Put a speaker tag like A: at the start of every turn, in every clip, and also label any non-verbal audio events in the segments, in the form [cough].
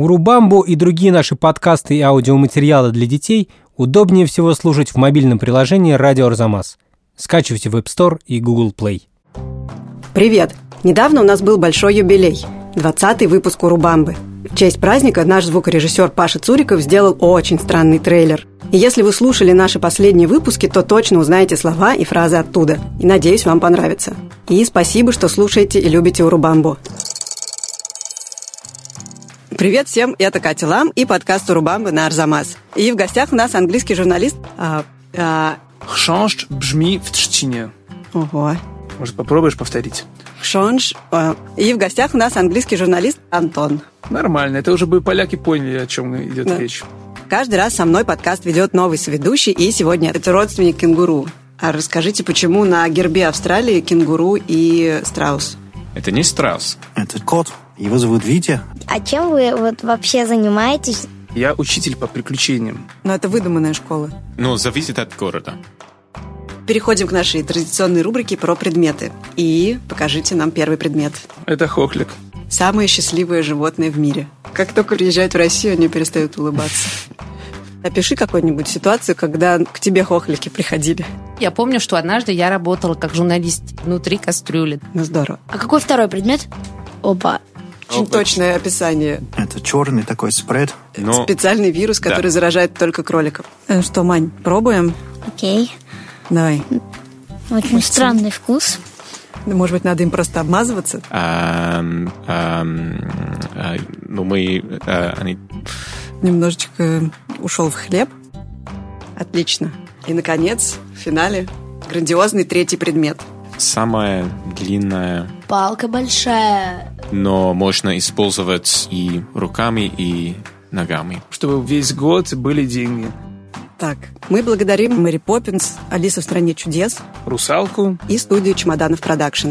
A: Урубамбу и другие наши подкасты и аудиоматериалы для детей удобнее всего слушать в мобильном приложении «Радио Арзамас». Скачивайте в App Store и Google Play.
B: Привет! Недавно у нас был большой юбилей – 20-й выпуск «Урубамбы». В честь праздника наш звукорежиссер Паша Цуриков сделал очень странный трейлер. И если вы слушали наши последние выпуски, то точно узнаете слова и фразы оттуда. И надеюсь, вам понравится. И спасибо, что слушаете и любите «Урубамбу». Привет всем, это Катя Лам и подкаст «Урубамбы» на Арзамас. И в гостях у нас английский журналист... а, а,
C: Chrząszcz brzmi w trzcinie.
B: ого,
C: Может, попробуешь повторить?
B: Шонж. а, И в гостях у нас английский журналист Антон.
C: Нормально, это уже бы поляки поняли, о чем идет
B: Да.
C: речь.
B: Каждый раз со мной подкаст ведет новый соведущий, и сегодня это родственник кенгуру. А расскажите, почему на гербе Австралии кенгуру и страус?
D: Это не страус.
E: Это кот. Его зовут Витя.
F: А чем вы вот вообще занимаетесь?
C: Я учитель по приключениям.
B: Но Ну, это выдуманная школа.
D: Ну, зависит от города.
B: Переходим к нашей традиционной рубрике про предметы. И покажите нам первый предмет.
C: Это хохлик.
B: Самые счастливые животные в мире. Как только приезжают в Россию, они перестают [laughs] улыбаться. Опиши какую-нибудь ситуацию, когда к тебе хохлики приходили.
G: Я помню, что однажды я работала как журналист внутри кастрюли.
B: Ну, здорово.
F: А какой второй предмет? Опа.
B: Очень точное описание.
E: Это черный такой спред.
F: Э,
D: Но
B: Специальный вирус, который заражает только кроликов. Э, Что, Мань, пробуем?
F: Окей.
B: Давай. Ну,
F: Очень странный вкус.
B: Может быть, надо им просто обмазываться?
D: ам, ам, а, ну, мы... а, они-
B: Немножечко э, ушел в хлеб. Отлично. И, наконец, в финале грандиозный третий предмет.
D: самая длинная,
F: Палка большая.
D: но можно использовать и руками, и ногами.
C: Чтобы весь год были деньги.
B: Так, мы благодарим Мэри Поппинс, Алиса в стране чудес
C: Русалку.
B: и студию Чемоданов Продакшн.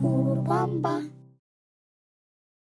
F: Бамба.